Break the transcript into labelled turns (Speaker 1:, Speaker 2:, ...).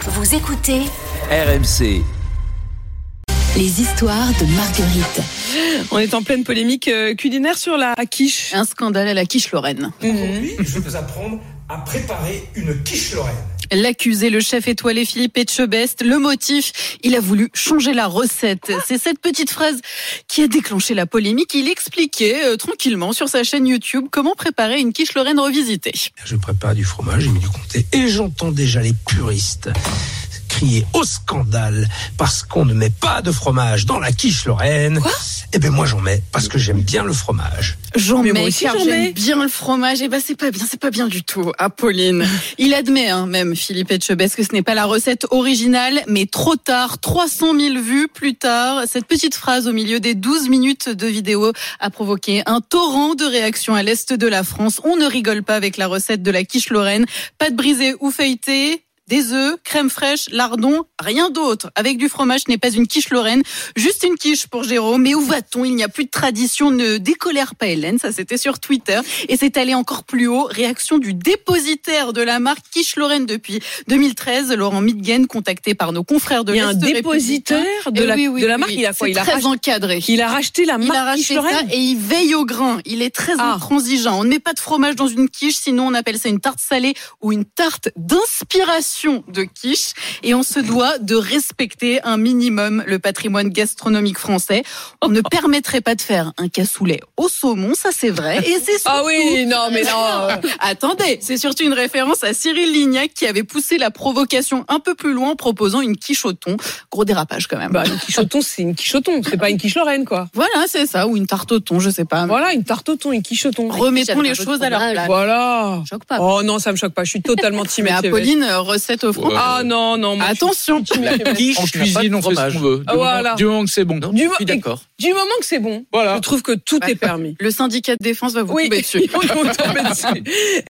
Speaker 1: Vous écoutez
Speaker 2: RMC.
Speaker 1: les histoires de Marguerite.
Speaker 3: On est en pleine polémique euh, culinaire sur la quiche.
Speaker 4: Un scandale à la quiche Lorraine.
Speaker 5: Aujourd'hui, je vais vous apprendre à préparer une quiche Lorraine.
Speaker 4: L'accusé, le chef étoilé Philippe Etchebest, le motif, il a voulu changer la recette. C'est cette petite phrase qui a déclenché la polémique. Il expliquait euh, tranquillement sur sa chaîne YouTube comment préparer une quiche Lorraine revisitée.
Speaker 6: Je prépare du fromage, j'ai mis du comté. Et j'entends déjà les puristes crier au scandale parce qu'on ne met pas de fromage dans la quiche Lorraine. Eh bien moi j'en mets parce que j'aime bien le fromage.
Speaker 4: J'en
Speaker 3: Mais moi
Speaker 4: mets,
Speaker 3: aussi,
Speaker 4: car
Speaker 3: j'en mets.
Speaker 4: hein, j'aime bien le fromage. Et ben c'est pas bien, c'est pas bien du tout, Apolline. Il admet hein, même Philippe Etchebest que ce n'est pas la recette originale, mais trop tard, 300 000 vues plus tard. Cette petite phrase au milieu des 12 minutes de vidéo a provoqué un torrent de réactions à l'est de la France. On ne rigole pas avec la recette de la quiche lorraine, pâte brisée ou feuilletée. Des œufs, crème fraîche, lardons, rien d'autre. Avec du fromage, ce n'est pas une quiche lorraine. Juste une quiche pour Jérôme. Mais où va-t-on Il n'y a plus de tradition. Ne décolère pas Hélène. Ça, c'était sur Twitter. Et c'est allé encore plus haut. Réaction du dépositaire de la marque Quiche Lorraine depuis 2013, Laurent Midgen, contacté par nos confrères de
Speaker 3: Il y a un
Speaker 4: l'Est
Speaker 3: dépositaire
Speaker 4: républicain.
Speaker 3: de
Speaker 4: Eh
Speaker 3: la,
Speaker 4: oui, oui,
Speaker 3: de la
Speaker 4: oui,
Speaker 3: marque.
Speaker 4: oui.
Speaker 3: Il a quoi
Speaker 4: C'est
Speaker 3: il a,
Speaker 4: très
Speaker 3: racheté,
Speaker 4: encadré.
Speaker 3: il a racheté la
Speaker 4: Il
Speaker 3: marque
Speaker 4: a racheté
Speaker 3: Quiche
Speaker 4: ça
Speaker 3: Lorraine.
Speaker 4: et il veille au grain. Il est très
Speaker 3: Ah.
Speaker 4: intransigeant. On ne met pas de fromage dans une quiche, sinon on appelle ça une tarte salée ou une tarte d'inspiration de quiche. Et on se doit de respecter un minimum le patrimoine gastronomique français. On ne permettrait pas de faire un cassoulet au saumon, ça c'est vrai. Et c'est
Speaker 3: Ah oui, non mais non.
Speaker 4: non. Attendez, c'est surtout une référence à Cyril Lignac qui avait poussé la provocation un peu plus loin en proposant une quiche au thon. Gros dérapage quand même.
Speaker 3: bah une quichoton, c'est une quichoton. C'est pas une quiche Lorraine quoi.
Speaker 4: Voilà, c'est ça, ou une tarte au thon, je sais pas.
Speaker 3: Voilà une tarte au thon, une quichoton.
Speaker 4: Remettons les choses à leur place.
Speaker 3: Voilà.
Speaker 4: Choque pas.
Speaker 3: Oh non, ça me choque pas. Je suis totalement team
Speaker 4: mais
Speaker 3: Etchebest.
Speaker 4: Apolline, euh, recette au fromage.
Speaker 3: Ah non non. moi, je suis
Speaker 4: Attention
Speaker 3: team Etchebest.
Speaker 7: En cuisine, on fait ce qu'on veut. Du,
Speaker 3: Ah, voilà.
Speaker 7: moment, du moment que c'est bon.
Speaker 3: Du mo-
Speaker 7: je suis d'accord.
Speaker 3: Du moment que c'est bon,
Speaker 7: Voilà.
Speaker 3: je trouve que tout
Speaker 4: Ouais.
Speaker 3: est permis.
Speaker 4: Le syndicat de défense va vous
Speaker 3: Oui,
Speaker 4: tomber dessus.
Speaker 3: ils vont tomber dessus.